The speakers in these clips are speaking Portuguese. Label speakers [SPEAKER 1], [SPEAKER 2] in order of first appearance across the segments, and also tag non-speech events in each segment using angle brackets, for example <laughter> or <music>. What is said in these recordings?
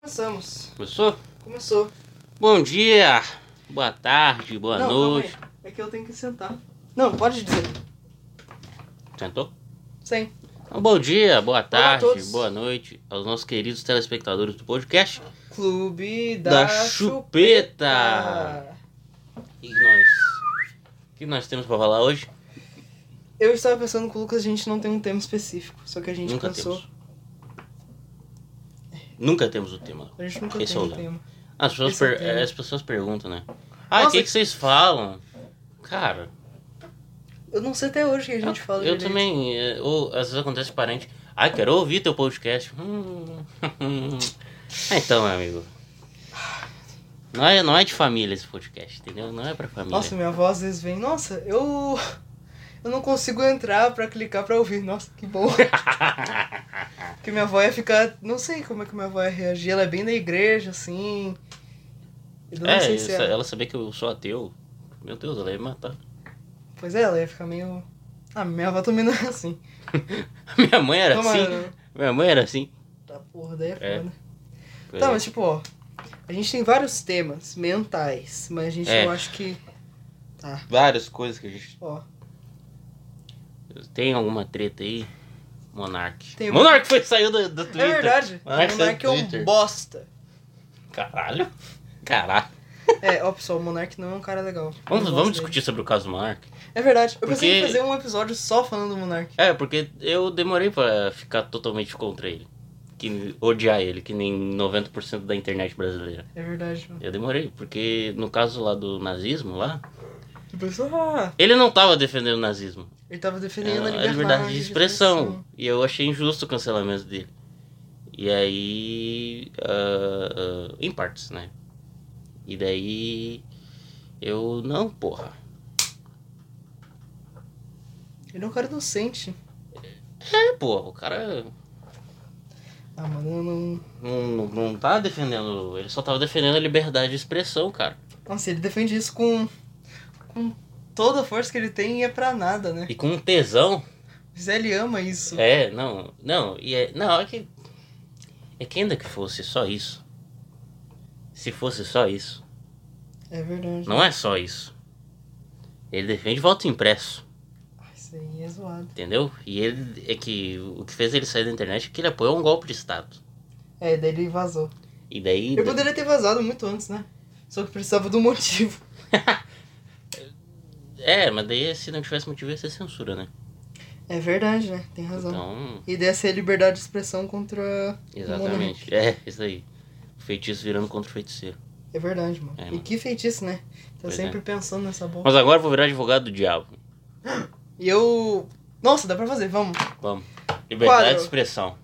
[SPEAKER 1] Começamos.
[SPEAKER 2] Começou?
[SPEAKER 1] Começou.
[SPEAKER 2] Bom dia, boa tarde, boa
[SPEAKER 1] não, calma
[SPEAKER 2] noite.
[SPEAKER 1] aí. É que eu tenho que sentar. Não, pode dizer.
[SPEAKER 2] Sentou?
[SPEAKER 1] Sem.
[SPEAKER 2] Então, bom dia, boa tarde,
[SPEAKER 1] todos.
[SPEAKER 2] boa noite aos nossos queridos telespectadores do podcast.
[SPEAKER 1] Clube da,
[SPEAKER 2] Da Chupeta.
[SPEAKER 1] Chupeta.
[SPEAKER 2] E nós? O que nós temos pra falar hoje?
[SPEAKER 1] Eu estava pensando com o Lucas, a gente não tem um tema específico. Só que a gente
[SPEAKER 2] Nunca
[SPEAKER 1] pensou.
[SPEAKER 2] temos. Nunca temos o tema.
[SPEAKER 1] A gente nunca
[SPEAKER 2] Esse é
[SPEAKER 1] tem
[SPEAKER 2] o
[SPEAKER 1] um
[SPEAKER 2] lema.
[SPEAKER 1] tema.
[SPEAKER 2] As pessoas,
[SPEAKER 1] Esse é o
[SPEAKER 2] per-
[SPEAKER 1] tema.
[SPEAKER 2] as pessoas perguntam, né? Ah, o
[SPEAKER 1] Nossa.
[SPEAKER 2] que, que vocês falam? Cara,
[SPEAKER 1] Eu não sei até hoje o que a gente
[SPEAKER 2] eu,
[SPEAKER 1] fala
[SPEAKER 2] eu
[SPEAKER 1] direito.
[SPEAKER 2] também. é, Ou às vezes acontece com parente. Ah, quero ouvir teu podcast. Hum. <laughs> Ah, então, meu amigo. Não é, não é de família esse podcast, entendeu? Não é pra família.
[SPEAKER 1] Nossa, minha voz às vezes vem. Nossa, eu. Eu não consigo entrar pra clicar pra ouvir. Nossa, que
[SPEAKER 2] <laughs>
[SPEAKER 1] bom. que minha avó ia ficar. Não sei como é que minha avó ia reagir. Ela é bem da igreja, assim. Eu não
[SPEAKER 2] é,
[SPEAKER 1] sei se
[SPEAKER 2] essa-
[SPEAKER 1] é.
[SPEAKER 2] ela saber que eu sou ateu. Meu Deus, ela ia me matar. <laughs>
[SPEAKER 1] Pois é, ela ia ficar meio. Ah, minha avó também não é assim.
[SPEAKER 2] Minha mãe era
[SPEAKER 1] Toma-
[SPEAKER 2] assim. Minha mãe era assim.
[SPEAKER 1] Tá porra, daí é
[SPEAKER 2] É.
[SPEAKER 1] foda.
[SPEAKER 2] Pois é.
[SPEAKER 1] Tá, mas tipo, ó. A gente tem vários temas mentais, mas a gente,
[SPEAKER 2] É.
[SPEAKER 1] eu acho que. Tá,
[SPEAKER 2] Várias coisas que a gente.
[SPEAKER 1] ó.
[SPEAKER 2] Tem alguma treta aí? Monark.
[SPEAKER 1] Tem uma-
[SPEAKER 2] Monark foi saiu do, do Twitter.
[SPEAKER 1] É verdade. O
[SPEAKER 2] Monark saiu
[SPEAKER 1] Monark é
[SPEAKER 2] do
[SPEAKER 1] um
[SPEAKER 2] Twitter.
[SPEAKER 1] bosta.
[SPEAKER 2] Caralho. Caralho.
[SPEAKER 1] É, ó, pessoal, o Monark não é um cara legal. Eu
[SPEAKER 2] Vamos,
[SPEAKER 1] não
[SPEAKER 2] vamos
[SPEAKER 1] gosto dele.
[SPEAKER 2] discutir sobre o caso do Monark?
[SPEAKER 1] É verdade. Eu pensei em
[SPEAKER 2] Porque-
[SPEAKER 1] fazer um episódio só falando do Monark.
[SPEAKER 2] É, porque eu demorei pra ficar totalmente contra ele. Que odiar ele, que nem 90% da internet brasileira.
[SPEAKER 1] É verdade. mano.
[SPEAKER 2] Eu demorei, porque no caso lá do nazismo lá,
[SPEAKER 1] Eu pensei, ah,
[SPEAKER 2] ele não tava defendendo o nazismo.
[SPEAKER 1] ele tava defendendo
[SPEAKER 2] Era
[SPEAKER 1] a
[SPEAKER 2] É, a
[SPEAKER 1] liberdade,
[SPEAKER 2] liberdade de expressão. E eu achei injusto o cancelamento dele. E aí. ah, ah, em partes, né? E daí. Eu. Não, porra.
[SPEAKER 1] Ele é um cara inocente.
[SPEAKER 2] É, porra, o cara.
[SPEAKER 1] Ah, mano, eu não...
[SPEAKER 2] Não, não, não tá defendendo. Ele só tava defendendo a liberdade de expressão, cara.
[SPEAKER 1] Nossa, ele defende isso com... Com toda a força que ele tem e é pra nada, né?
[SPEAKER 2] E com um tesão.
[SPEAKER 1] Mas ele ama isso.
[SPEAKER 2] É, não. Não, e é. Não, é que. É que ainda que fosse só isso. Se fosse só isso.
[SPEAKER 1] É, verdade.
[SPEAKER 2] Não é só isso. Ele defende voto impresso,
[SPEAKER 1] Ah, Isso aí é zoado.
[SPEAKER 2] entendeu? E ele é que o que fez ele sair da internet é que ele apoiou um golpe de Estado.
[SPEAKER 1] É, daí ele vazou.
[SPEAKER 2] E daí.
[SPEAKER 1] Ele poderia ter vazado muito antes, né? Só que precisava do motivo. <laughs>
[SPEAKER 2] É, mas daí se não tivesse motivo ia ser censura, né?
[SPEAKER 1] É verdade, né? Tem razão.
[SPEAKER 2] Então,
[SPEAKER 1] E dessa é liberdade de expressão contra... o monarca.
[SPEAKER 2] exatamente. É, isso aí. O feitiço virando contra o feiticeiro.
[SPEAKER 1] É verdade, mano.
[SPEAKER 2] É,
[SPEAKER 1] E
[SPEAKER 2] mano.
[SPEAKER 1] que feitiço, né? Tô
[SPEAKER 2] Pois é.
[SPEAKER 1] sempre pensando nessa boca.
[SPEAKER 2] Mas agora eu vou virar advogado do diabo.
[SPEAKER 1] E eu. Nossa, dá pra fazer, vamos.
[SPEAKER 2] Vamos. Liberdade
[SPEAKER 1] Quadro.
[SPEAKER 2] de expressão.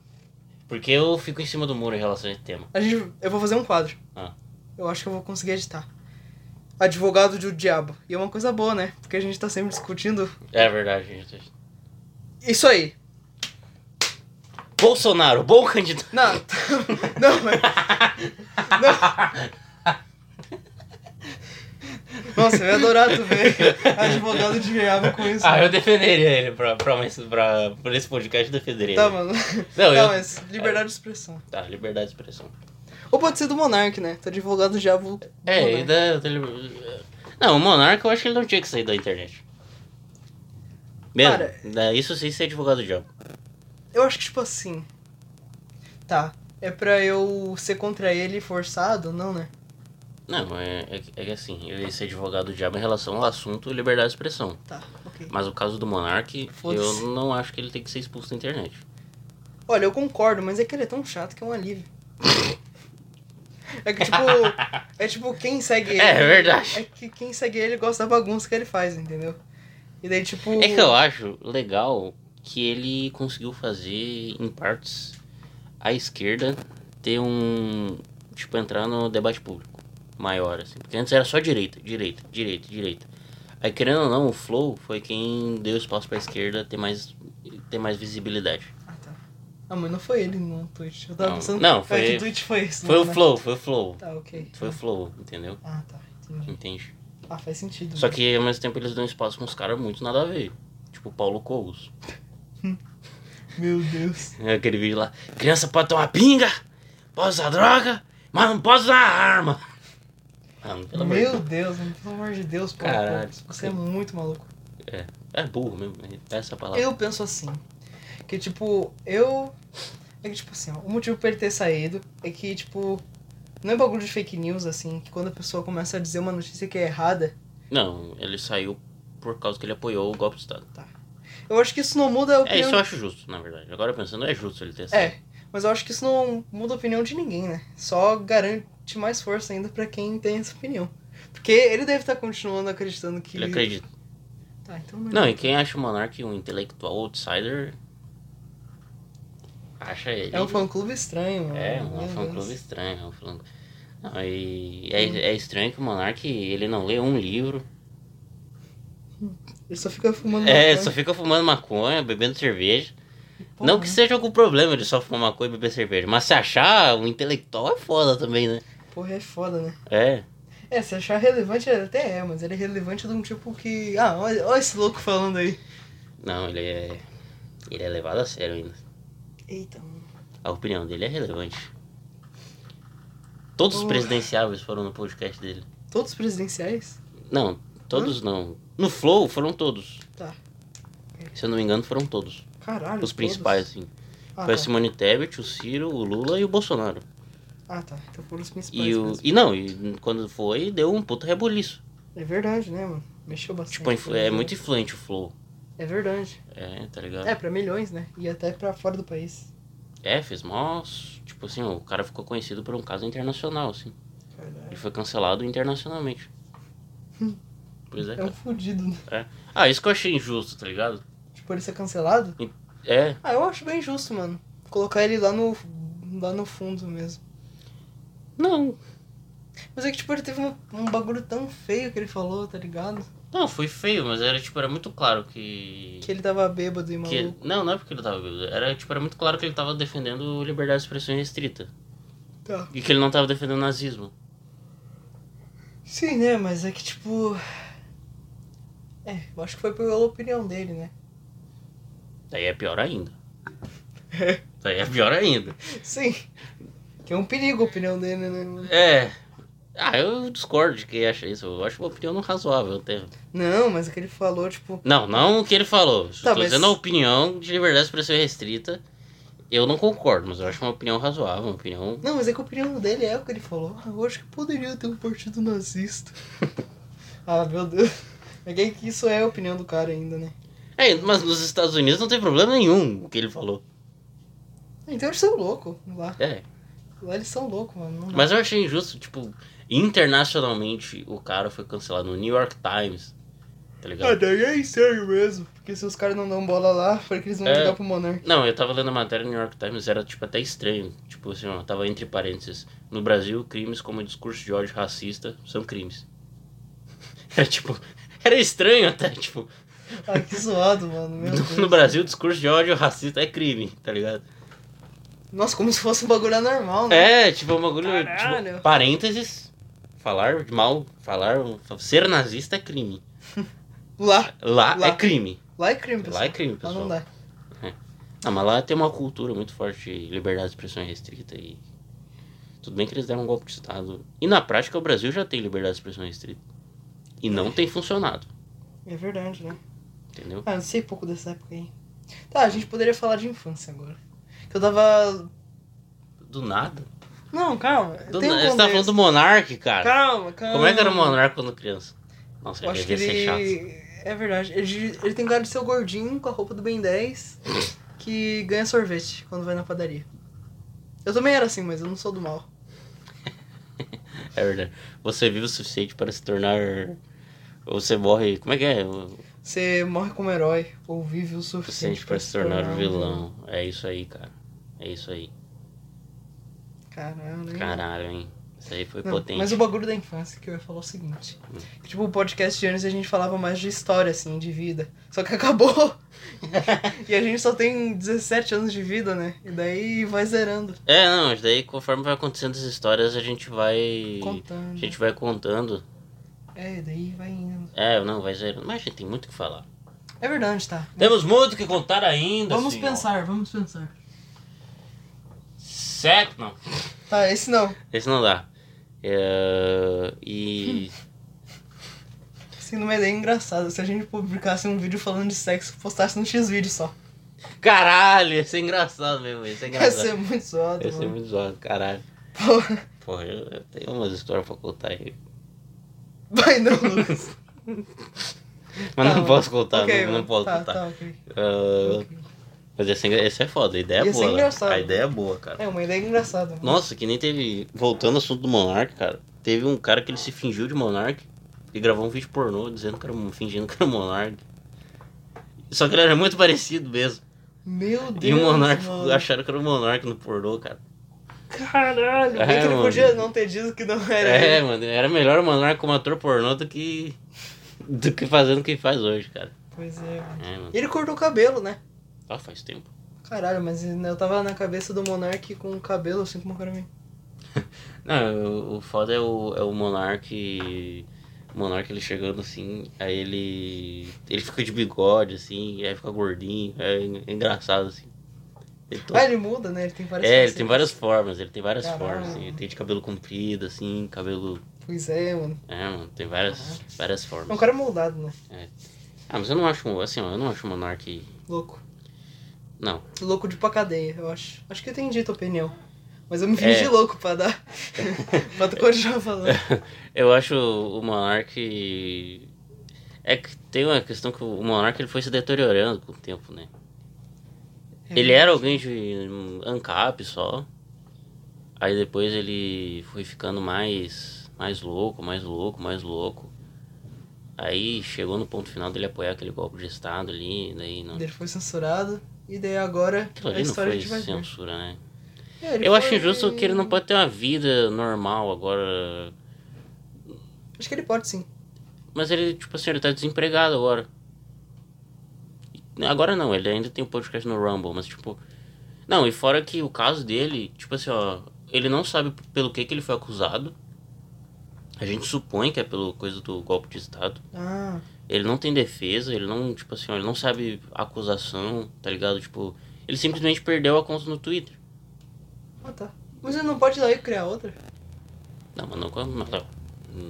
[SPEAKER 2] Porque eu fico em cima do muro em relação a esse tema.
[SPEAKER 1] A gente... Eu vou fazer um quadro.
[SPEAKER 2] Ah.
[SPEAKER 1] Eu acho que eu vou conseguir editar. Advogado do Diabo. E é uma coisa boa, né? Porque a gente tá sempre discutindo.
[SPEAKER 2] É verdade, gente.
[SPEAKER 1] Isso aí.
[SPEAKER 2] Bolsonaro, bom candidato.
[SPEAKER 1] Não. não, mas. Não. Nossa, eu ia adorar tu ver advogado do diabo <laughs> com isso.
[SPEAKER 2] Ah, eu defenderia ele pra, pra, pra, pra esse podcast, eu defenderia
[SPEAKER 1] Tá,
[SPEAKER 2] ele.
[SPEAKER 1] mano.
[SPEAKER 2] Não,
[SPEAKER 1] tá,
[SPEAKER 2] eu-
[SPEAKER 1] mas liberdade de expressão.
[SPEAKER 2] Tá, liberdade de expressão.
[SPEAKER 1] Ou pode ser do Monark, né? Tá advogado do diabo. do
[SPEAKER 2] É,
[SPEAKER 1] Monark.
[SPEAKER 2] e da, da liber- Não, o Monarca eu acho que ele não tinha que sair da internet. Mesmo,
[SPEAKER 1] Cara-
[SPEAKER 2] né, isso sem ser advogado do diabo.
[SPEAKER 1] Eu acho que, tipo assim. Tá. É pra eu ser contra ele forçado? Não, né?
[SPEAKER 2] Não, é, é, que- é que assim, ele ia ser advogado do diabo em relação ao assunto liberdade de expressão.
[SPEAKER 1] Tá, ok.
[SPEAKER 2] Mas o caso do Monark,
[SPEAKER 1] Foda-se.
[SPEAKER 2] eu não acho que ele tem que ser expulso da internet.
[SPEAKER 1] Olha, eu concordo, mas é que ele é tão chato que é um alívio. É que, tipo.
[SPEAKER 2] <laughs>
[SPEAKER 1] É tipo, quem segue ele.
[SPEAKER 2] É, é verdade.
[SPEAKER 1] É que quem segue ele gosta da bagunça que ele faz, entendeu? E daí, tipo.
[SPEAKER 2] É que eu acho legal que ele conseguiu fazer, em partes, a esquerda ter um. Tipo, entrar no debate público maior, assim. Porque antes era só direita, direita, direita, direita. Aí, querendo ou não, o Flow foi quem deu espaço pra esquerda ter mais, ter mais visibilidade.
[SPEAKER 1] Ah, tá. Ah, mas não foi ele no tweet. Eu tava
[SPEAKER 2] Não,
[SPEAKER 1] pensando.
[SPEAKER 2] não,
[SPEAKER 1] Ah,
[SPEAKER 2] foi-
[SPEAKER 1] Que tweet foi esse?
[SPEAKER 2] Foi
[SPEAKER 1] não,
[SPEAKER 2] o
[SPEAKER 1] né?
[SPEAKER 2] Flow, foi o Flow.
[SPEAKER 1] Tá, ok.
[SPEAKER 2] Foi o Flow, entendeu?
[SPEAKER 1] Ah, tá. Entendi.
[SPEAKER 2] Entende?
[SPEAKER 1] Ah, faz sentido.
[SPEAKER 2] Só que ao mesmo tempo eles dão espaço com uns caras muito nada a ver. Tipo, Paulo Coulos.
[SPEAKER 1] Meu Deus.
[SPEAKER 2] É Aquele vídeo lá. Criança pode tomar pinga, pode usar droga, mas não pode usar arma. Mano, pelo amor de
[SPEAKER 1] Meu
[SPEAKER 2] Deus.
[SPEAKER 1] Deus, mano, pelo amor de Deus, Paulo
[SPEAKER 2] Caralho.
[SPEAKER 1] Coelho, Você é muito maluco.
[SPEAKER 2] É, é burro mesmo. É essa a palavra.
[SPEAKER 1] Eu penso assim. Que tipo, eu. É que tipo assim, ó, o motivo pra ele ter saído é que, tipo. Não é bagulho de fake news, assim, que quando a pessoa começa a dizer uma notícia que é errada,
[SPEAKER 2] Não, ele saiu por causa que ele apoiou o golpe de Estado.
[SPEAKER 1] eu acho que isso não muda a
[SPEAKER 2] É,
[SPEAKER 1] opinião.
[SPEAKER 2] isso eu acho justo, na verdade. Agora pensando, é justo ele ter saído.
[SPEAKER 1] É, mas eu acho que isso não muda a opinião de ninguém, né? Só garante mais força ainda pra quem tem essa opinião. Porque ele deve estar continuando acreditando que.
[SPEAKER 2] Ele acredita.
[SPEAKER 1] Tá, então não.
[SPEAKER 2] Não, e quem acha o Monark um intelectual outsider. Acha ele.
[SPEAKER 1] É um fã clube estranho, mano.
[SPEAKER 2] É, um
[SPEAKER 1] Meu
[SPEAKER 2] fã
[SPEAKER 1] Deus.
[SPEAKER 2] clube estranho, é um fã Não, e é, é estranho que o Monark ele não lê um livro.
[SPEAKER 1] Ele só fica fumando.
[SPEAKER 2] É,
[SPEAKER 1] maconha.
[SPEAKER 2] só fica fumando maconha, bebendo cerveja.
[SPEAKER 1] Pô,
[SPEAKER 2] não
[SPEAKER 1] né?
[SPEAKER 2] que seja algum problema ele só fumar maconha e beber cerveja, mas se achar um intelectual é foda também, né?
[SPEAKER 1] Porra, é foda, né?
[SPEAKER 2] É.
[SPEAKER 1] É, se achar relevante até é, mas ele é relevante de um tipo que. Ah, olha, olha esse louco falando aí.
[SPEAKER 2] Não, ele é. Ele é levado a sério ainda.
[SPEAKER 1] Eita, mano.
[SPEAKER 2] A opinião dele é relevante. Todos os
[SPEAKER 1] Porra.
[SPEAKER 2] presidenciáveis foram no podcast dele.
[SPEAKER 1] Todos presidenciais?
[SPEAKER 2] Não, todos não. No Flow foram todos.
[SPEAKER 1] Tá.
[SPEAKER 2] Se eu não me engano, foram todos.
[SPEAKER 1] Caralho.
[SPEAKER 2] Os
[SPEAKER 1] todos?
[SPEAKER 2] principais, assim.
[SPEAKER 1] Ah,
[SPEAKER 2] Foi a
[SPEAKER 1] tá.
[SPEAKER 2] Simone Tebet, o Ciro, o Lula e o Bolsonaro.
[SPEAKER 1] ah, tá. Então foram os principais.
[SPEAKER 2] E, o,
[SPEAKER 1] mesmo.
[SPEAKER 2] e não, e quando foi, deu um puto rebuliço.
[SPEAKER 1] É verdade, né, mano? Mexeu bastante.
[SPEAKER 2] Tipo, influ- é muito influente o Flow.
[SPEAKER 1] É verdade.
[SPEAKER 2] É, tá ligado?
[SPEAKER 1] É,
[SPEAKER 2] É,
[SPEAKER 1] pra milhões, né? E até pra fora do país.
[SPEAKER 2] fez mó. Tipo assim, o cara ficou conhecido por um caso internacional, assim. Ele
[SPEAKER 1] Caralho.
[SPEAKER 2] foi cancelado <laughs> internacionalmente. Pois é,
[SPEAKER 1] É um
[SPEAKER 2] cara.
[SPEAKER 1] fudido, né?
[SPEAKER 2] É. Ah, isso que eu achei injusto, tá ligado?
[SPEAKER 1] Tipo, ele ser cancelado?
[SPEAKER 2] É,
[SPEAKER 1] Ah, eu acho bem justo, mano. Colocar ele lá no. lá no fundo mesmo.
[SPEAKER 2] não.
[SPEAKER 1] Mas é que, tipo, ele teve um, um bagulho tão feio que ele falou, tá ligado?
[SPEAKER 2] Não, foi feio, mas era tipo, era muito claro que.
[SPEAKER 1] Que ele tava bêbado e maluco.
[SPEAKER 2] que- não, não é porque ele tava bêbado. Era tipo, era muito claro que ele tava defendendo liberdade de expressão restrita.
[SPEAKER 1] Tá.
[SPEAKER 2] E que ele não tava defendendo nazismo.
[SPEAKER 1] Sim, né? Mas é que, tipo. É, eu acho que foi pela opinião dele, né?
[SPEAKER 2] Daí é pior <laughs> ainda. Daí é pior ainda.
[SPEAKER 1] Sim. Que é um perigo a opinião dele, né? mano?
[SPEAKER 2] É. Ah, eu discordo de quem acha isso. Eu acho uma opinião não razoável até.
[SPEAKER 1] Não, mas é que ele falou, tipo.
[SPEAKER 2] Não, não o que ele falou.
[SPEAKER 1] Tá,
[SPEAKER 2] Tô
[SPEAKER 1] mas-
[SPEAKER 2] dizendo a opinião de liberdade de expressão restrita. Eu não concordo, mas eu acho uma opinião razoável, uma opinião.
[SPEAKER 1] Não, mas é que a opinião dele é o que ele falou. Ah, eu acho que poderia ter um partido nazista. <laughs> ah, meu Deus. Mas é que isso é a opinião do cara ainda, né?
[SPEAKER 2] É, mas nos Estados Unidos não tem problema nenhum o que ele falou.
[SPEAKER 1] Então eles são loucos lá.
[SPEAKER 2] É.
[SPEAKER 1] Lá eles são loucos, mano. Não dá.
[SPEAKER 2] Mas eu achei injusto, tipo, internacionalmente o cara foi cancelado no New York Times. Tá
[SPEAKER 1] Ah,
[SPEAKER 2] ligado?
[SPEAKER 1] daí é sério mesmo. Porque se os caras não dão bola lá, foi que eles vão
[SPEAKER 2] É.
[SPEAKER 1] ligar pro Monark.
[SPEAKER 2] Não, eu tava lendo a matéria no New York Times, era tipo até estranho. Tipo assim, ó, tava entre parênteses. No Brasil, crimes como discurso de ódio racista são crimes. <laughs> Era tipo. <laughs> Era estranho até, tipo.
[SPEAKER 1] Ah, que zoado,
[SPEAKER 2] <laughs>
[SPEAKER 1] mano. Meu Deus.
[SPEAKER 2] No, no Brasil, discurso de ódio racista é crime, tá ligado?
[SPEAKER 1] Nossa, como se fosse um bagulho anormal, né?
[SPEAKER 2] É, tipo, um bagulho.
[SPEAKER 1] Caralho.
[SPEAKER 2] Tipo, parênteses. Falar de mal. Falar. Ser nazista é crime.
[SPEAKER 1] Lá.
[SPEAKER 2] Lá,
[SPEAKER 1] Lá.
[SPEAKER 2] é crime.
[SPEAKER 1] Lá é crime, pessoal.
[SPEAKER 2] Lá é crime,
[SPEAKER 1] Lá
[SPEAKER 2] pessoal.
[SPEAKER 1] não dá.
[SPEAKER 2] Ah, mas lá tem uma cultura muito forte de liberdade de expressão restrita e. Tudo bem que eles deram um golpe de Estado. E na prática o Brasil já tem liberdade de expressão restrita. E não tem funcionado,
[SPEAKER 1] É verdade, né?
[SPEAKER 2] entendeu?
[SPEAKER 1] Ah, eu sei pouco dessa época aí. Tá, a gente poderia falar de infância agora. Que eu tava.
[SPEAKER 2] Do nada.
[SPEAKER 1] Não, calma.
[SPEAKER 2] Do
[SPEAKER 1] tem um
[SPEAKER 2] nada. Você tá falando
[SPEAKER 1] contexto.
[SPEAKER 2] do Monark, cara.
[SPEAKER 1] Calma, calma.
[SPEAKER 2] Como é que era o Monark quando criança? Nossa,
[SPEAKER 1] Eu
[SPEAKER 2] ele
[SPEAKER 1] acho que
[SPEAKER 2] devia ser chato.
[SPEAKER 1] ele. É verdade. Ele, ele tem cara de ser o gordinho com a roupa do Ben 10 que ganha sorvete quando vai na padaria. Eu também era assim, mas eu não sou do mal.
[SPEAKER 2] É verdade. Você vive o suficiente para se tornar. ou Você morre. Como é que é? O
[SPEAKER 1] Você morre como herói ou vive o
[SPEAKER 2] suficiente
[SPEAKER 1] suficiente
[SPEAKER 2] para se tornar um
[SPEAKER 1] um
[SPEAKER 2] vilão. É isso aí, cara. É isso aí.
[SPEAKER 1] Caralho. hein?
[SPEAKER 2] Caralho, hein? Isso aí foi
[SPEAKER 1] Hum. Não,
[SPEAKER 2] potente.
[SPEAKER 1] Mas o bagulho da infância que eu ia falar é o seguinte.
[SPEAKER 2] Hum.
[SPEAKER 1] Que, tipo, o podcast de anos a gente falava mais de história, assim, de vida. Só que <laughs> acabou. e a gente só tem 17 anos de vida, né? E daí vai zerando.
[SPEAKER 2] <laughs> É, não, mas daí conforme vai acontecendo as histórias, a gente vai. A
[SPEAKER 1] Contando.
[SPEAKER 2] gente vai contando.
[SPEAKER 1] É, daí vai indo.
[SPEAKER 2] É, não, vai zerando. Mas a gente tem muito o que falar.
[SPEAKER 1] É verdade, tá.
[SPEAKER 2] Temos muito o que contar ainda.
[SPEAKER 1] Vamos
[SPEAKER 2] senhor.
[SPEAKER 1] pensar, vamos pensar.
[SPEAKER 2] Certo, não.
[SPEAKER 1] Tá, esse não.
[SPEAKER 2] Esse não dá. É,
[SPEAKER 1] <laughs>
[SPEAKER 2] E.
[SPEAKER 1] Assim, numa ideia engraçada. Se a gente publicasse um vídeo falando de sexo, postasse no X vídeo só.
[SPEAKER 2] Caralho, isso é engraçado mesmo. Isso é
[SPEAKER 1] Ia
[SPEAKER 2] engraçado.
[SPEAKER 1] ser muito zoado,
[SPEAKER 2] Ia ser
[SPEAKER 1] mano.
[SPEAKER 2] muito zoado, caralho.
[SPEAKER 1] <laughs> Porra.
[SPEAKER 2] Porra, eu, eu tenho umas histórias pra contar aí.
[SPEAKER 1] Vai não, Lucas.
[SPEAKER 2] <laughs> Mas
[SPEAKER 1] Tá,
[SPEAKER 2] não posso contar,
[SPEAKER 1] Ok,
[SPEAKER 2] não, não
[SPEAKER 1] mano.
[SPEAKER 2] posso
[SPEAKER 1] tá,
[SPEAKER 2] contar.
[SPEAKER 1] Tá, ok.
[SPEAKER 2] Ah,
[SPEAKER 1] Ok.
[SPEAKER 2] mas esse, é engra- esse é foda, a ideia é
[SPEAKER 1] Ia ser
[SPEAKER 2] boa. né?
[SPEAKER 1] engraçado.
[SPEAKER 2] A ideia é boa, cara.
[SPEAKER 1] É uma ideia engraçada. Mano.
[SPEAKER 2] Nossa, que nem teve. Voltando ao assunto do Monark, cara. Teve um cara que ele se fingiu de Monark e gravou um vídeo pornô dizendo que era um- fingindo que era um Monark. Só que ele era muito parecido mesmo.
[SPEAKER 1] Meu Deus.
[SPEAKER 2] e o Monark
[SPEAKER 1] mano.
[SPEAKER 2] acharam que era um Monark no pornô, cara.
[SPEAKER 1] Caralho,
[SPEAKER 2] É,
[SPEAKER 1] bem que ele
[SPEAKER 2] mano.
[SPEAKER 1] podia não ter dito que não era.
[SPEAKER 2] É,
[SPEAKER 1] ele.
[SPEAKER 2] mano, era melhor o Monark como ator pornô do que. do que fazendo o que faz hoje, cara.
[SPEAKER 1] Pois é, mano.
[SPEAKER 2] É, mano.
[SPEAKER 1] E ele cortou o cabelo, né?
[SPEAKER 2] Ah, faz tempo.
[SPEAKER 1] Caralho, mas né, eu tava na cabeça do Monark com o cabelo assim como o cara me.
[SPEAKER 2] Não, o, o foda é o, é o Monark. O Monark ele chegando assim, aí ele. Ele fica de bigode, assim, aí fica gordinho, é, en- é engraçado, assim. Ele todo-
[SPEAKER 1] Ah, ele muda, né? Ele tem várias
[SPEAKER 2] é, ele tem
[SPEAKER 1] facetas.
[SPEAKER 2] várias formas, ele tem várias
[SPEAKER 1] Caralho.
[SPEAKER 2] formas, assim, ele tem de cabelo comprido, assim, cabelo.
[SPEAKER 1] Pois é, mano.
[SPEAKER 2] É, mano, tem várias, várias
[SPEAKER 1] É um
[SPEAKER 2] formas.
[SPEAKER 1] cara moldado, né?
[SPEAKER 2] Ah, mas eu não acho, assim, ó, eu não acho o Monark.
[SPEAKER 1] Louco.
[SPEAKER 2] Não.
[SPEAKER 1] Louco de pra cadeia, eu acho. Acho que eu entendi a tua opinião. Mas eu me
[SPEAKER 2] É.
[SPEAKER 1] fingi de louco pra
[SPEAKER 2] <laughs>
[SPEAKER 1] dar. pra tu continuar falando.
[SPEAKER 2] Eu acho o Monark. É que tem uma questão que o Monark ele foi se deteriorando com o tempo, né?
[SPEAKER 1] É
[SPEAKER 2] Ele era alguém de hum, ANCAP só. Aí depois ele foi ficando mais, mais louco, mais louco, mais louco. Aí chegou no ponto final dele apoiar aquele golpe de Estado ali, daí não.
[SPEAKER 1] Ele foi censurado. E daí agora
[SPEAKER 2] Aquilo
[SPEAKER 1] a
[SPEAKER 2] ali não
[SPEAKER 1] história a
[SPEAKER 2] foi
[SPEAKER 1] gente vai ver.
[SPEAKER 2] censura, né?
[SPEAKER 1] É, ele
[SPEAKER 2] Eu acho
[SPEAKER 1] foi- um-
[SPEAKER 2] injusto que ele não pode ter uma vida normal agora.
[SPEAKER 1] Acho que ele pode sim.
[SPEAKER 2] Mas ele, tipo assim, ele tá desempregado agora. Agora não, ele ainda tem um podcast no Rumble, mas tipo. Não, e fora que o caso dele, tipo assim, ó, ele não sabe pelo que, que ele foi acusado. A gente supõe que é pelo coisa do golpe de Estado.
[SPEAKER 1] Ah,
[SPEAKER 2] Ele não tem defesa, ele não, tipo assim, ó, ele não sabe a acusação, tá ligado? Tipo, ele simplesmente perdeu a conta no Twitter.
[SPEAKER 1] ah tá. Mas ele não pode ir lá e criar outra?
[SPEAKER 2] Não, mas não com a, mas, ó,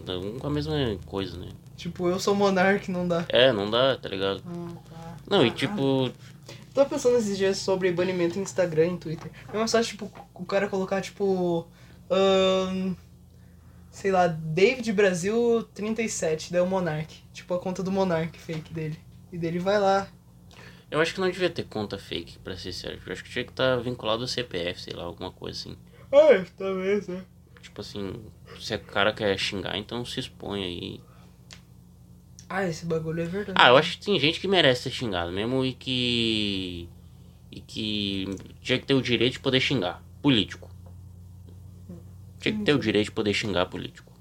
[SPEAKER 2] não com a mesma coisa, né?
[SPEAKER 1] Tipo, eu sou monarca não dá.
[SPEAKER 2] É, não dá, tá ligado?
[SPEAKER 1] Ah, tá.
[SPEAKER 2] Não, e
[SPEAKER 1] Caralho.
[SPEAKER 2] tipo,
[SPEAKER 1] Tava pensando esses dias sobre banimento em Instagram e Twitter. É uma só, tipo, o cara colocar, tipo. ahn, sei lá, David Brasil 37, daí o Monark. Tipo, a conta do Monark fake dele. E dele vai lá.
[SPEAKER 2] Eu acho que não devia ter conta fake, pra ser sério. Eu acho que tinha que estar vinculado ao CPF, sei lá, alguma coisa assim.
[SPEAKER 1] É, talvez, né?
[SPEAKER 2] Tipo assim, se o cara quer xingar, então se expõe aí.
[SPEAKER 1] Ah, esse bagulho é verdade.
[SPEAKER 2] Ah, eu acho que tem gente que merece ser xingado mesmo e que. E que tinha que ter o direito de poder xingar. Político. Tinha que ter o direito de poder xingar político.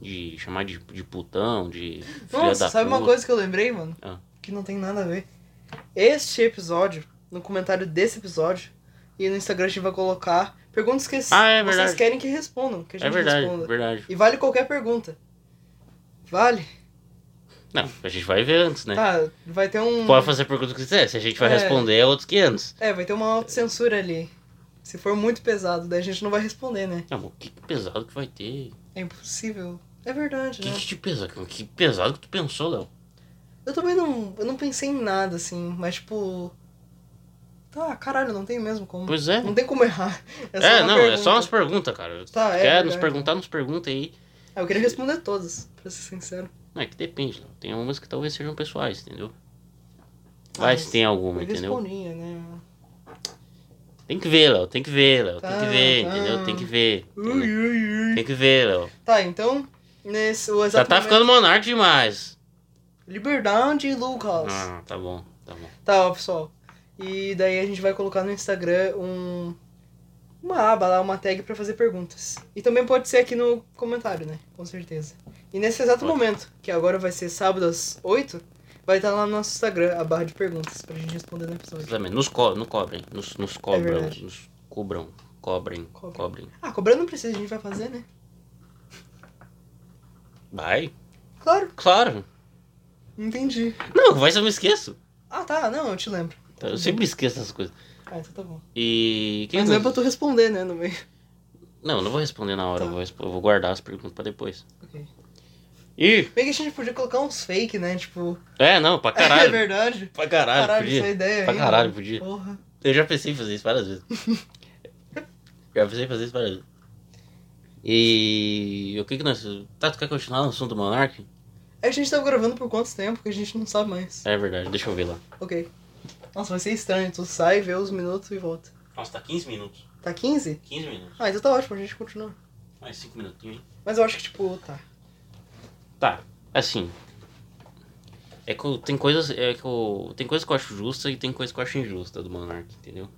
[SPEAKER 2] De chamar de, de putão, de. filha
[SPEAKER 1] Nossa,
[SPEAKER 2] da
[SPEAKER 1] sabe uma
[SPEAKER 2] puta.
[SPEAKER 1] coisa que eu lembrei, mano?
[SPEAKER 2] Ah.
[SPEAKER 1] Que não tem nada a ver. Este episódio, no comentário desse episódio, e no Instagram a gente vai colocar perguntas que
[SPEAKER 2] Ah, é
[SPEAKER 1] vocês
[SPEAKER 2] verdade.
[SPEAKER 1] querem que respondam, que a gente
[SPEAKER 2] É verdade,
[SPEAKER 1] responda.
[SPEAKER 2] verdade.
[SPEAKER 1] E vale qualquer pergunta. Vale?
[SPEAKER 2] Não, a gente vai ver antes, né?
[SPEAKER 1] Tá, vai ter um.
[SPEAKER 2] Pode fazer a pergunta que quiser. Se a gente vai
[SPEAKER 1] É.
[SPEAKER 2] responder, é outros 500.
[SPEAKER 1] É, vai ter uma autocensura ali. Se for muito pesado, daí a gente não vai responder, né?
[SPEAKER 2] Não, mas que pesado que vai ter?
[SPEAKER 1] É impossível. É verdade,
[SPEAKER 2] Que,
[SPEAKER 1] né?
[SPEAKER 2] que, te pesa- que pesado que tu pensou, Léo?
[SPEAKER 1] Eu também não. Eu não pensei em nada, assim, mas tipo. Tá, caralho, não tem mesmo como.
[SPEAKER 2] Pois é.
[SPEAKER 1] Não tem como errar.
[SPEAKER 2] É,
[SPEAKER 1] só uma
[SPEAKER 2] não, é
[SPEAKER 1] pergunta.
[SPEAKER 2] só umas perguntas, cara.
[SPEAKER 1] Tá, é
[SPEAKER 2] Quer
[SPEAKER 1] verdade.
[SPEAKER 2] nos perguntar, nos pergunta aí.
[SPEAKER 1] Ah, eu queria responder todas, pra ser sincero.
[SPEAKER 2] Não, é que depende, Léo. Tem algumas que talvez sejam pessoais, entendeu? Vai
[SPEAKER 1] mas
[SPEAKER 2] se tem alguma,
[SPEAKER 1] Eu
[SPEAKER 2] entendeu?
[SPEAKER 1] respondia, né?
[SPEAKER 2] Tem que ver, Léo. Tem que ver, Léo. Tem
[SPEAKER 1] Tá,
[SPEAKER 2] que ver,
[SPEAKER 1] tá.
[SPEAKER 2] entendeu? Tem que ver.
[SPEAKER 1] Ui,
[SPEAKER 2] entendeu?
[SPEAKER 1] ui, ui.
[SPEAKER 2] Tem que ver, Léo.
[SPEAKER 1] Tá, então. Nesse, o
[SPEAKER 2] Já
[SPEAKER 1] exato
[SPEAKER 2] tá
[SPEAKER 1] momento-
[SPEAKER 2] ficando monarca demais.
[SPEAKER 1] Liberdade, Lucas.
[SPEAKER 2] Ah, tá bom, tá bom.
[SPEAKER 1] Tá, ó, pessoal. E daí a gente vai colocar no Instagram um uma aba lá, uma tag pra fazer perguntas. E também pode ser aqui no comentário, né? Com certeza. E nesse exato
[SPEAKER 2] Pode.
[SPEAKER 1] momento, que agora vai ser sábado às 8, vai estar lá no nosso Instagram a barra de perguntas pra gente responder no episódio.
[SPEAKER 2] Exatamente. Nos, co no cobrem. Nos, nos cobram.
[SPEAKER 1] É verdade.
[SPEAKER 2] nos cobram. Cobrem.
[SPEAKER 1] Cobrem.
[SPEAKER 2] Cobrem.
[SPEAKER 1] Ah, cobrando não precisa, a gente vai fazer, né?
[SPEAKER 2] Vai?
[SPEAKER 1] Claro.
[SPEAKER 2] Claro.
[SPEAKER 1] Entendi.
[SPEAKER 2] Não, vai se eu me esqueço.
[SPEAKER 1] Ah, tá, não, eu te lembro.
[SPEAKER 2] Tá, Eu sempre esqueço essas coisas.
[SPEAKER 1] Ah, então tá bom.
[SPEAKER 2] E. Quem
[SPEAKER 1] Mas não é
[SPEAKER 2] não,
[SPEAKER 1] pra tu responder, né, no meio.
[SPEAKER 2] não, não vou responder na hora,
[SPEAKER 1] Tá.
[SPEAKER 2] eu, vou, resp- eu vou guardar as perguntas pra depois.
[SPEAKER 1] Ok.
[SPEAKER 2] Ih!
[SPEAKER 1] Meio que a gente podia colocar uns fake, né? Tipo, <laughs>
[SPEAKER 2] É, não, pra
[SPEAKER 1] é
[SPEAKER 2] caralho.
[SPEAKER 1] verdade.
[SPEAKER 2] pra caralho,
[SPEAKER 1] Caralho,
[SPEAKER 2] podia.
[SPEAKER 1] essa ideia
[SPEAKER 2] pra
[SPEAKER 1] aí, é né?
[SPEAKER 2] caralho,
[SPEAKER 1] mano.
[SPEAKER 2] podia.
[SPEAKER 1] Porra.
[SPEAKER 2] Eu já pensei em fazer isso várias
[SPEAKER 1] <laughs>
[SPEAKER 2] vezes. já pensei em fazer isso várias vezes. E. O que que nós. Tá, tu quer continuar no assunto do Monark?
[SPEAKER 1] É A gente tava gravando por quanto tempo que a gente não sabe mais.
[SPEAKER 2] É verdade, deixa eu ver lá.
[SPEAKER 1] Ok. Nossa, vai ser estranho. Tu sai, vê os minutos e volta.
[SPEAKER 2] Nossa, tá 15 minutos.
[SPEAKER 1] Tá 15?
[SPEAKER 2] 15 minutos.
[SPEAKER 1] Ah, então tá ótimo, a gente continua.
[SPEAKER 2] Mais 5 minutinhos, hein?
[SPEAKER 1] Mas eu acho que, tipo, tá.
[SPEAKER 2] Tá, assim. É que eu- tem coisas. É que eu, tem coisas que eu acho justa e tem coisas que eu acho injusta do Monark, entendeu?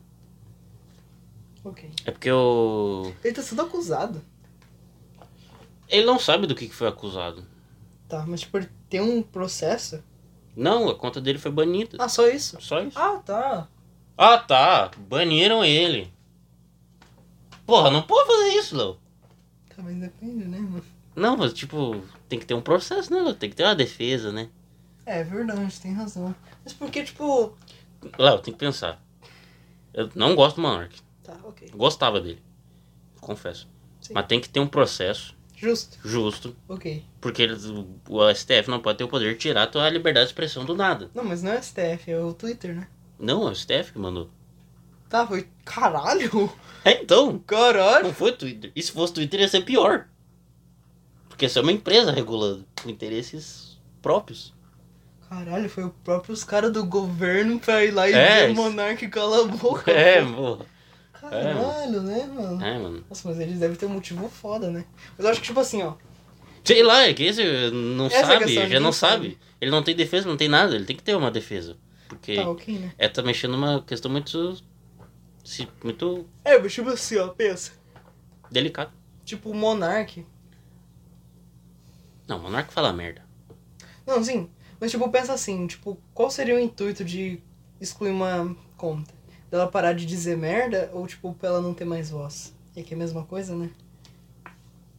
[SPEAKER 1] Ok.
[SPEAKER 2] É porque eu.
[SPEAKER 1] Ele tá sendo acusado.
[SPEAKER 2] Ele não sabe do que que foi acusado.
[SPEAKER 1] Tá, mas, tipo, ele tem um processo?
[SPEAKER 2] Não, a conta dele foi banida.
[SPEAKER 1] Ah, só isso?
[SPEAKER 2] Só isso.
[SPEAKER 1] Ah, tá.
[SPEAKER 2] Ah, tá. Baniram ele. Porra, não pode fazer isso, Léo.
[SPEAKER 1] Tá, mas depende, né, mano?
[SPEAKER 2] Não, mas tipo, tem que ter um processo, né, Léo? Tem que ter uma defesa, né?
[SPEAKER 1] É verdade, tem razão. Mas porque, tipo.
[SPEAKER 2] Léo, tem que pensar. Eu não gosto do Monark.
[SPEAKER 1] Tá, ok.
[SPEAKER 2] Eu Gostava dele. Confesso.
[SPEAKER 1] Sim.
[SPEAKER 2] Mas tem que ter um processo
[SPEAKER 1] Justo.
[SPEAKER 2] justo.
[SPEAKER 1] Ok.
[SPEAKER 2] Porque eles, o- o STF não pode ter o poder de tirar a tua liberdade de expressão do nada.
[SPEAKER 1] Não, mas não é o STF, é o Twitter, né?
[SPEAKER 2] Não, é o STF que mandou.
[SPEAKER 1] Tá, foi. Caralho!
[SPEAKER 2] É, então.
[SPEAKER 1] Caralho!
[SPEAKER 2] Não foi Twitter. E se fosse Twitter ia ser pior. Porque isso é uma empresa regulando com interesses próprios.
[SPEAKER 1] Caralho, foi o próprio os caras do governo pra ir lá e
[SPEAKER 2] É,
[SPEAKER 1] ver o
[SPEAKER 2] isso-
[SPEAKER 1] Monark cala a boca.
[SPEAKER 2] É,
[SPEAKER 1] pô.
[SPEAKER 2] porra.
[SPEAKER 1] Caralho, né, mano?
[SPEAKER 2] É, mano.
[SPEAKER 1] Nossa, mas eles devem ter um motivo foda, né? Mas eu acho que, tipo assim, ó.
[SPEAKER 2] Sei lá, é que esse não
[SPEAKER 1] Essa é a
[SPEAKER 2] sabe,
[SPEAKER 1] questão,
[SPEAKER 2] já
[SPEAKER 1] ninguém
[SPEAKER 2] não sabe. Ele não tem defesa, não tem nada, ele tem que ter uma defesa. Porque
[SPEAKER 1] Tá ok, né?
[SPEAKER 2] é tá mexendo numa questão muito. se- muito
[SPEAKER 1] É, mas tipo assim, ó, pensa.
[SPEAKER 2] delicada.
[SPEAKER 1] Tipo, o Monark.
[SPEAKER 2] Não, o Monarca fala merda.
[SPEAKER 1] Não, sim. Mas, tipo, pensa assim, tipo, qual seria o intuito de excluir uma conta? Dela parar de dizer merda ou, tipo, pra ela não ter mais voz? É que é a mesma coisa, né?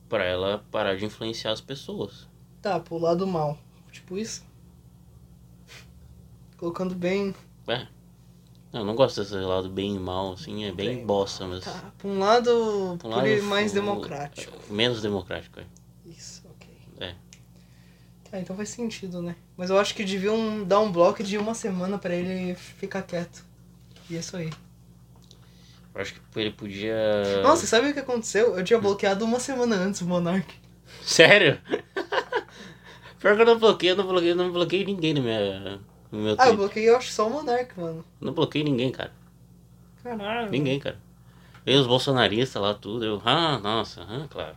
[SPEAKER 2] Pra ela parar de influenciar as pessoas.
[SPEAKER 1] Tá, pro lado mal. Tipo isso. <laughs> Colocando bem,
[SPEAKER 2] É. Eu não gosto desse lado bem e mal, assim, é bem
[SPEAKER 1] Bem
[SPEAKER 2] bosta, mas.
[SPEAKER 1] tá, pra um lado,
[SPEAKER 2] um lado
[SPEAKER 1] poli- mais
[SPEAKER 2] fu-
[SPEAKER 1] democrático.
[SPEAKER 2] Menos democrático, é.
[SPEAKER 1] Isso, ok.
[SPEAKER 2] É.
[SPEAKER 1] Tá, então faz sentido, né? Mas eu acho que deviam dar um bloco de uma semana pra ele ficar quieto. E é isso aí.
[SPEAKER 2] Eu acho que ele podia.
[SPEAKER 1] Nossa, sabe o que aconteceu? Eu tinha bloqueado uma semana antes o Monark.
[SPEAKER 2] Sério? <laughs> Pior que eu não bloqueei, eu não bloqueei, eu não bloqueei ninguém no meu, no meu
[SPEAKER 1] Ah, eu
[SPEAKER 2] Twitter.
[SPEAKER 1] bloqueei, eu acho, só o Monark, mano.
[SPEAKER 2] Não bloqueei ninguém, cara.
[SPEAKER 1] Caralho.
[SPEAKER 2] Ninguém, cara. Eu e os bolsonaristas lá, tudo. Eu, ah, nossa, ah, claro.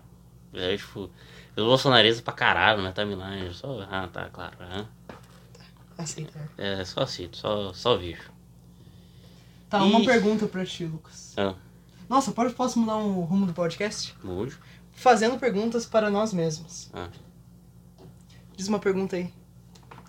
[SPEAKER 2] Aí, tipo, os bolsonaristas pra caralho na timeline. eu Só, ah, tá, claro. ah.
[SPEAKER 1] Aceitar.
[SPEAKER 2] É, só aceito, só, só vejo.
[SPEAKER 1] Tá, uma
[SPEAKER 2] Ih.
[SPEAKER 1] pergunta pra ti, Lucas.
[SPEAKER 2] Ah,
[SPEAKER 1] Nossa, pode, posso mudar o rumo do podcast?
[SPEAKER 2] mude.
[SPEAKER 1] Fazendo perguntas para nós mesmos.
[SPEAKER 2] Ah.
[SPEAKER 1] Diz uma pergunta aí.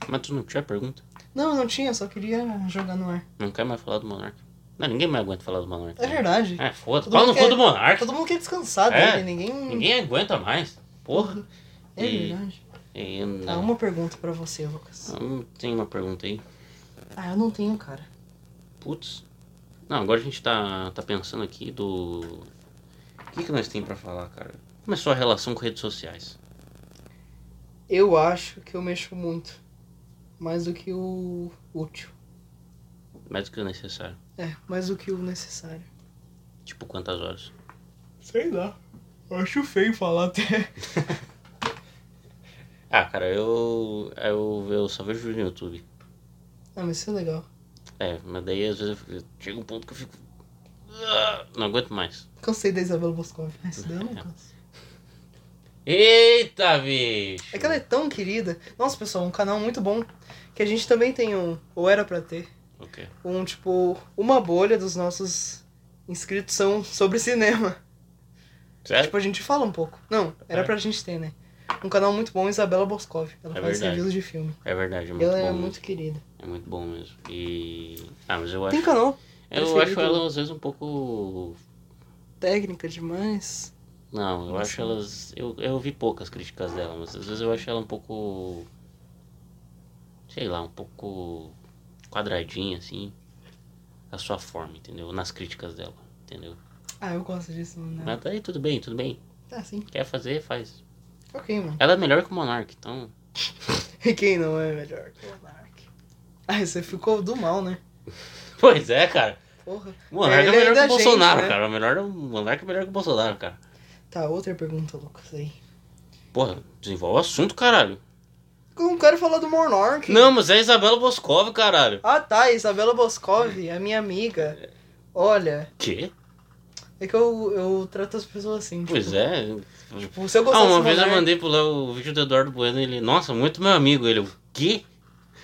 [SPEAKER 2] Mas tu não tinha pergunta?
[SPEAKER 1] Não, não tinha, só queria jogar no ar.
[SPEAKER 2] Não quer mais falar do Monark. Não, ninguém mais aguenta falar do Monark.
[SPEAKER 1] É verdade.
[SPEAKER 2] É, foda-se.
[SPEAKER 1] Todo
[SPEAKER 2] Fala no
[SPEAKER 1] mundo
[SPEAKER 2] cu do
[SPEAKER 1] quer-
[SPEAKER 2] Monark.
[SPEAKER 1] Todo mundo quer descansar
[SPEAKER 2] É.
[SPEAKER 1] dele, né? ninguém...
[SPEAKER 2] Ninguém aguenta mais. Porra.
[SPEAKER 1] É
[SPEAKER 2] E-
[SPEAKER 1] verdade.
[SPEAKER 2] e
[SPEAKER 1] Tá,
[SPEAKER 2] não. Ah.
[SPEAKER 1] uma pergunta pra você, Lucas.
[SPEAKER 2] Não, Tem uma pergunta aí.
[SPEAKER 1] Ah, eu não tenho, cara.
[SPEAKER 2] Putz. Não, agora a gente tá, tá pensando aqui do. O que, que nós tem pra falar, cara? Como é sua relação com redes sociais?
[SPEAKER 1] Eu acho que eu mexo muito. Mais do que o útil.
[SPEAKER 2] Mais do que o necessário.
[SPEAKER 1] É, mais do que o necessário.
[SPEAKER 2] Tipo, quantas horas?
[SPEAKER 1] Sei lá. Eu acho feio falar até.
[SPEAKER 2] Ah, cara, eu. Eu, eu só vejo no YouTube.
[SPEAKER 1] Ah, mas isso é legal.
[SPEAKER 2] É, mas daí às vezes eu fico- chega um ponto que eu fico. Ah, Não aguento mais.
[SPEAKER 1] Cansei da Isabela Boscov. Mas Ah, isso é daí eu não canso.
[SPEAKER 2] Eita, bicho!
[SPEAKER 1] É que ela é tão querida. Nossa, pessoal, um canal muito bom. Que a gente também tem um, ou era pra ter,
[SPEAKER 2] O quê?
[SPEAKER 1] um tipo, uma bolha dos nossos inscritos são sobre cinema.
[SPEAKER 2] Sério?
[SPEAKER 1] Tipo, a gente fala um pouco. Não, era
[SPEAKER 2] É.
[SPEAKER 1] pra gente ter, né? Um canal muito bom, Isabela Boscov. Ela
[SPEAKER 2] É
[SPEAKER 1] faz
[SPEAKER 2] verdade.
[SPEAKER 1] reviews de filme.
[SPEAKER 2] É verdade, é
[SPEAKER 1] E
[SPEAKER 2] muito
[SPEAKER 1] ela
[SPEAKER 2] bom.
[SPEAKER 1] é
[SPEAKER 2] mesmo.
[SPEAKER 1] muito querida.
[SPEAKER 2] É muito bom mesmo. E. Ah, mas eu acho.
[SPEAKER 1] Tem canal
[SPEAKER 2] Eu
[SPEAKER 1] preferido?
[SPEAKER 2] acho ela às vezes um pouco
[SPEAKER 1] técnica demais.
[SPEAKER 2] Não, eu
[SPEAKER 1] Não
[SPEAKER 2] acho
[SPEAKER 1] sei.
[SPEAKER 2] elas. Eu, eu ouvi poucas críticas dela, mas às vezes eu acho ela um pouco. sei lá, um pouco quadradinha, assim, a sua forma, entendeu? Nas críticas dela, entendeu?
[SPEAKER 1] Ah, eu gosto disso, né?
[SPEAKER 2] Mas aí tudo bem, tudo bem.
[SPEAKER 1] Tá, sim.
[SPEAKER 2] Quer fazer, faz.
[SPEAKER 1] Ok, mano.
[SPEAKER 2] Ela é melhor que o Monark, então. <laughs>
[SPEAKER 1] E <laughs> quem não é melhor que o Monark? Ah, você ficou do mal, né?
[SPEAKER 2] Pois é, cara.
[SPEAKER 1] Porra.
[SPEAKER 2] O Monark é,
[SPEAKER 1] Ele
[SPEAKER 2] melhor que
[SPEAKER 1] ainda
[SPEAKER 2] o
[SPEAKER 1] gente,
[SPEAKER 2] Bolsonaro,
[SPEAKER 1] né?
[SPEAKER 2] cara. O, melhor, o Monark é melhor que o Bolsonaro, cara.
[SPEAKER 1] Tá, outra pergunta, Lucas, aí.
[SPEAKER 2] Porra, desenvolve o assunto, caralho.
[SPEAKER 1] Eu não quero falar do Monark.
[SPEAKER 2] Não, mas é a Isabela Boscov, caralho.
[SPEAKER 1] Ah, tá, Isabela Boscovi, a minha amiga. Olha,
[SPEAKER 2] Quê?
[SPEAKER 1] é que eu, eu trato as pessoas assim.
[SPEAKER 2] Pois é.
[SPEAKER 1] Tipo, se eu
[SPEAKER 2] Ah,
[SPEAKER 1] gostasse
[SPEAKER 2] uma
[SPEAKER 1] do
[SPEAKER 2] vez eu
[SPEAKER 1] Monark-
[SPEAKER 2] mandei pro Léo o vídeo do Eduardo Bueno ele. Nossa, muito meu amigo. Ele, o quê?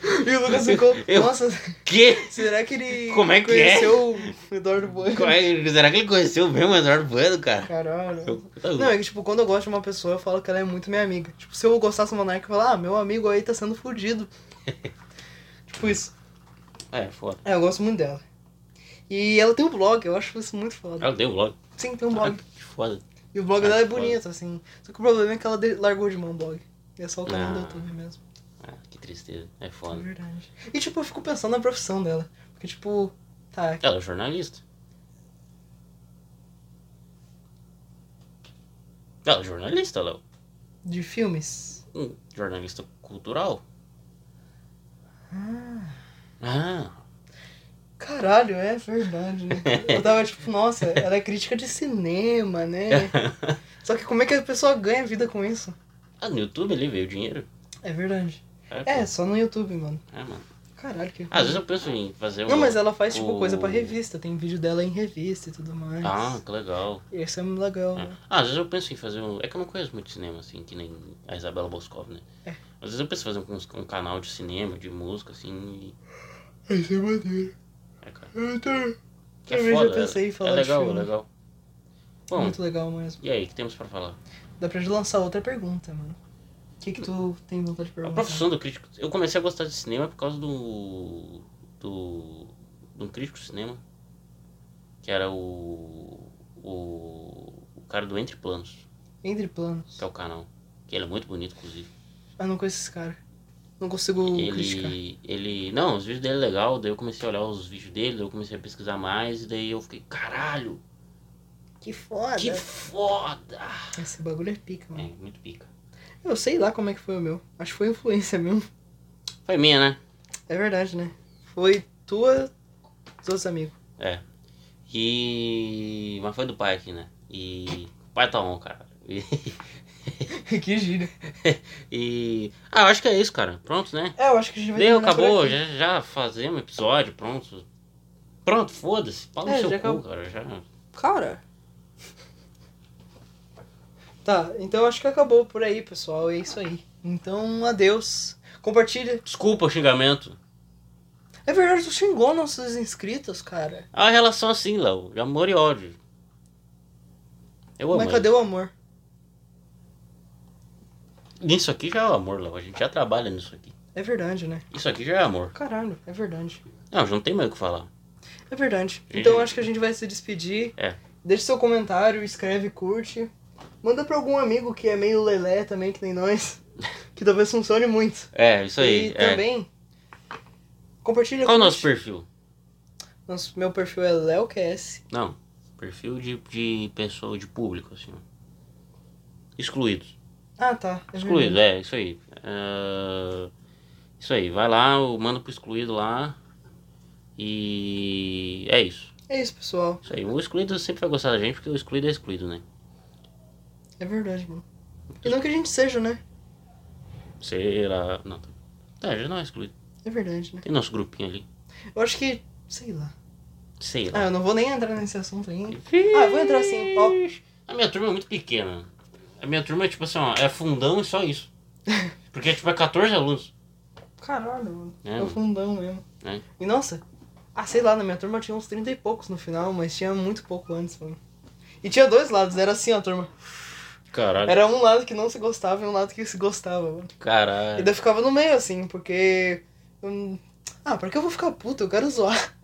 [SPEAKER 1] E o Lucas ficou.
[SPEAKER 2] <laughs> Eu-
[SPEAKER 1] Nossa,
[SPEAKER 2] <laughs> Quê?
[SPEAKER 1] será que ele
[SPEAKER 2] Como é que
[SPEAKER 1] conheceu o Eduardo Bueno?
[SPEAKER 2] Qual é- Será que ele conheceu mesmo o Eduardo Bueno, cara?
[SPEAKER 1] Caralho.
[SPEAKER 2] Eu-
[SPEAKER 1] Não, é que, tipo, quando eu gosto de uma pessoa, eu falo que ela é muito minha amiga. Tipo, se eu gostasse do Monark, eu falava, ah, meu amigo aí tá sendo
[SPEAKER 2] <laughs>
[SPEAKER 1] fudido. tipo isso.
[SPEAKER 2] É, foda.
[SPEAKER 1] É, eu gosto muito dela. E ela tem um blog, eu acho isso muito foda.
[SPEAKER 2] Ela deu logo.
[SPEAKER 1] Sim, tem
[SPEAKER 2] <laughs>
[SPEAKER 1] um blog.
[SPEAKER 2] Que foda.
[SPEAKER 1] E o blog
[SPEAKER 2] Ah,
[SPEAKER 1] dela é
[SPEAKER 2] foda.
[SPEAKER 1] bonito, assim. Só que o problema é que ela de- largou de mão o blog. E é só o canal do
[SPEAKER 2] Ah.
[SPEAKER 1] YouTube mesmo.
[SPEAKER 2] Ah, que tristeza. É
[SPEAKER 1] É
[SPEAKER 2] foda.
[SPEAKER 1] verdade. E, tipo, eu fico pensando na profissão dela. Porque, tipo, tá,
[SPEAKER 2] Ela é jornalista. Ela é jornalista, Léo.
[SPEAKER 1] de filmes.
[SPEAKER 2] Hum, jornalista cultural. Ah.
[SPEAKER 1] Caralho, é verdade,
[SPEAKER 2] <laughs>
[SPEAKER 1] né? Eu tava tipo, nossa, ela é crítica de cinema,
[SPEAKER 2] É.
[SPEAKER 1] né? Só que como é que a pessoa ganha vida com isso?
[SPEAKER 2] <laughs> Ah, no YouTube ali veio o dinheiro.
[SPEAKER 1] É verdade.
[SPEAKER 2] É,
[SPEAKER 1] É,
[SPEAKER 2] pô.
[SPEAKER 1] só no YouTube, mano.
[SPEAKER 2] É, mano.
[SPEAKER 1] Caralho, que.
[SPEAKER 2] Ah, às vezes eu penso em fazer um.
[SPEAKER 1] Não, mas ela faz tipo
[SPEAKER 2] o-
[SPEAKER 1] coisa pra revista. Tem vídeo dela em revista e tudo mais.
[SPEAKER 2] Ah, que legal.
[SPEAKER 1] Isso é muito legal,
[SPEAKER 2] É.
[SPEAKER 1] né?
[SPEAKER 2] Ah, às vezes eu penso em fazer um. É que eu não conheço muito cinema, assim, que nem a Isabela Boscov, né?
[SPEAKER 1] É.
[SPEAKER 2] Às vezes eu penso em fazer um, um canal de cinema, de música, assim. E...
[SPEAKER 1] Isso é maneiro.
[SPEAKER 2] É, cara.
[SPEAKER 1] Eu tô-
[SPEAKER 2] Que é
[SPEAKER 1] Também já
[SPEAKER 2] foda.
[SPEAKER 1] pensei em
[SPEAKER 2] é,
[SPEAKER 1] falar
[SPEAKER 2] é
[SPEAKER 1] de
[SPEAKER 2] legal, é
[SPEAKER 1] filme.
[SPEAKER 2] legal. Bom,
[SPEAKER 1] Muito legal mesmo.
[SPEAKER 2] e aí, o que temos pra falar?
[SPEAKER 1] Dá pra gente lançar outra pergunta, mano. O que que tu tem vontade de
[SPEAKER 2] A
[SPEAKER 1] perguntar?
[SPEAKER 2] profissão do crítico. Eu comecei a gostar de cinema por causa do. do. de um crítico de cinema. Que era o. o. o cara do Entre Planos,
[SPEAKER 1] Entre planos.
[SPEAKER 2] que é o canal. Que ele é muito bonito, inclusive.
[SPEAKER 1] Ah, não conheço esse cara. Não consigo criticar.
[SPEAKER 2] Ele. ele. Não, os vídeos dele é legal, daí eu comecei a olhar os vídeos dele, daí eu comecei a pesquisar mais, e daí eu fiquei, caralho,
[SPEAKER 1] Que foda.
[SPEAKER 2] que foda!
[SPEAKER 1] Esse bagulho é pica,
[SPEAKER 2] É,
[SPEAKER 1] mano.
[SPEAKER 2] muito pica.
[SPEAKER 1] Eu sei lá como é que foi o meu. Acho que foi influência mesmo. <laughs>
[SPEAKER 2] Foi minha, né?
[SPEAKER 1] É verdade, né? Foi tua, teus amigos.
[SPEAKER 2] É. E. Mas foi do pai aqui, né? E. O pai tá on, cara. E.
[SPEAKER 1] <laughs>
[SPEAKER 2] <laughs>
[SPEAKER 1] que gíria.
[SPEAKER 2] e- Ah, eu acho que é isso, cara. Pronto, né?
[SPEAKER 1] É, eu acho que a gente vai
[SPEAKER 2] Deu,
[SPEAKER 1] terminar por
[SPEAKER 2] acabou,
[SPEAKER 1] aqui.
[SPEAKER 2] já, já fazemos episódio, pronto. Pronto, foda-se. Fala
[SPEAKER 1] É,
[SPEAKER 2] no seu
[SPEAKER 1] já
[SPEAKER 2] cu,
[SPEAKER 1] acabou.
[SPEAKER 2] cara. Já...
[SPEAKER 1] Cara. Tá, então acho que acabou por aí, pessoal. É isso aí. Então, adeus. Compartilha.
[SPEAKER 2] Desculpa o xingamento.
[SPEAKER 1] É verdade, tu xingou nossos inscritos, cara.
[SPEAKER 2] É uma relação assim, Léo. De amor e ódio. Eu amo.
[SPEAKER 1] Mas cadê
[SPEAKER 2] ele.
[SPEAKER 1] o amor?
[SPEAKER 2] Isso aqui já é o amor, Léo. A gente já trabalha nisso aqui.
[SPEAKER 1] É verdade, né?
[SPEAKER 2] Isso aqui já é amor.
[SPEAKER 1] Caralho, é verdade.
[SPEAKER 2] Não, já não tem mais o que falar.
[SPEAKER 1] É verdade.
[SPEAKER 2] E-
[SPEAKER 1] Então acho que a gente vai se despedir.
[SPEAKER 2] É.
[SPEAKER 1] Deixe seu comentário, escreve, curte. Manda pra algum amigo que é meio lelé também, que
[SPEAKER 2] <laughs>
[SPEAKER 1] nem nós. Que talvez funcione muito.
[SPEAKER 2] É, isso aí.
[SPEAKER 1] E
[SPEAKER 2] é.
[SPEAKER 1] também. Compartilha
[SPEAKER 2] Qual o
[SPEAKER 1] curte.
[SPEAKER 2] nosso perfil?
[SPEAKER 1] Nosso- Meu perfil é LeoQS.
[SPEAKER 2] Não. Perfil de, de pessoa, de público, assim. ó. Excluídos.
[SPEAKER 1] Ah, tá. é
[SPEAKER 2] Excluídos,
[SPEAKER 1] verdade.
[SPEAKER 2] é, isso aí. Ah, isso aí, vai lá, eu mando pro excluído lá. E é isso.
[SPEAKER 1] É isso, pessoal.
[SPEAKER 2] Isso aí. O excluído sempre vai gostar da gente, porque o excluído é excluído, né?
[SPEAKER 1] É verdade, mano. E não que a gente seja, né?
[SPEAKER 2] Será. Não. tá. Tá, já não é excluído.
[SPEAKER 1] É verdade, né?
[SPEAKER 2] Tem nosso grupinho ali.
[SPEAKER 1] Eu acho que. Sei lá.
[SPEAKER 2] Sei
[SPEAKER 1] Ah,
[SPEAKER 2] lá.
[SPEAKER 1] eu não vou nem entrar nesse assunto aí. Ah, eu vou entrar sim, ó.
[SPEAKER 2] A minha turma é muito pequena. A minha turma é tipo assim, ó, é fundão e só
[SPEAKER 1] <laughs>
[SPEAKER 2] isso. Porque tipo, é 14 alunos.
[SPEAKER 1] Caralho, mano.
[SPEAKER 2] É,
[SPEAKER 1] É o fundão mesmo.
[SPEAKER 2] É.
[SPEAKER 1] E nossa, ah, sei lá, na minha turma tinha uns 30 e poucos no final, mas tinha muito pouco antes, mano. E tinha dois lados, era assim a turma.
[SPEAKER 2] Caralho.
[SPEAKER 1] Era um lado que não se gostava e um lado que se gostava, mano. E
[SPEAKER 2] Caralho. <laughs>
[SPEAKER 1] daí eu ficava no meio, assim, porque. hum, Ah, pra que eu vou ficar puto? Eu quero zoar.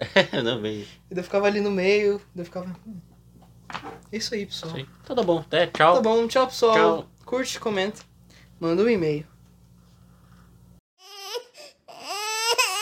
[SPEAKER 2] não, bem.
[SPEAKER 1] E daí eu ficava ali no meio, daí eu ficava. hum. É Isso aí, pessoal.
[SPEAKER 2] Isso aí. Então tá bom. Até,
[SPEAKER 1] Tá
[SPEAKER 2] tchau.
[SPEAKER 1] bom, tchau, pessoal.
[SPEAKER 2] Tchau.
[SPEAKER 1] Curte, comenta, manda um e-mail.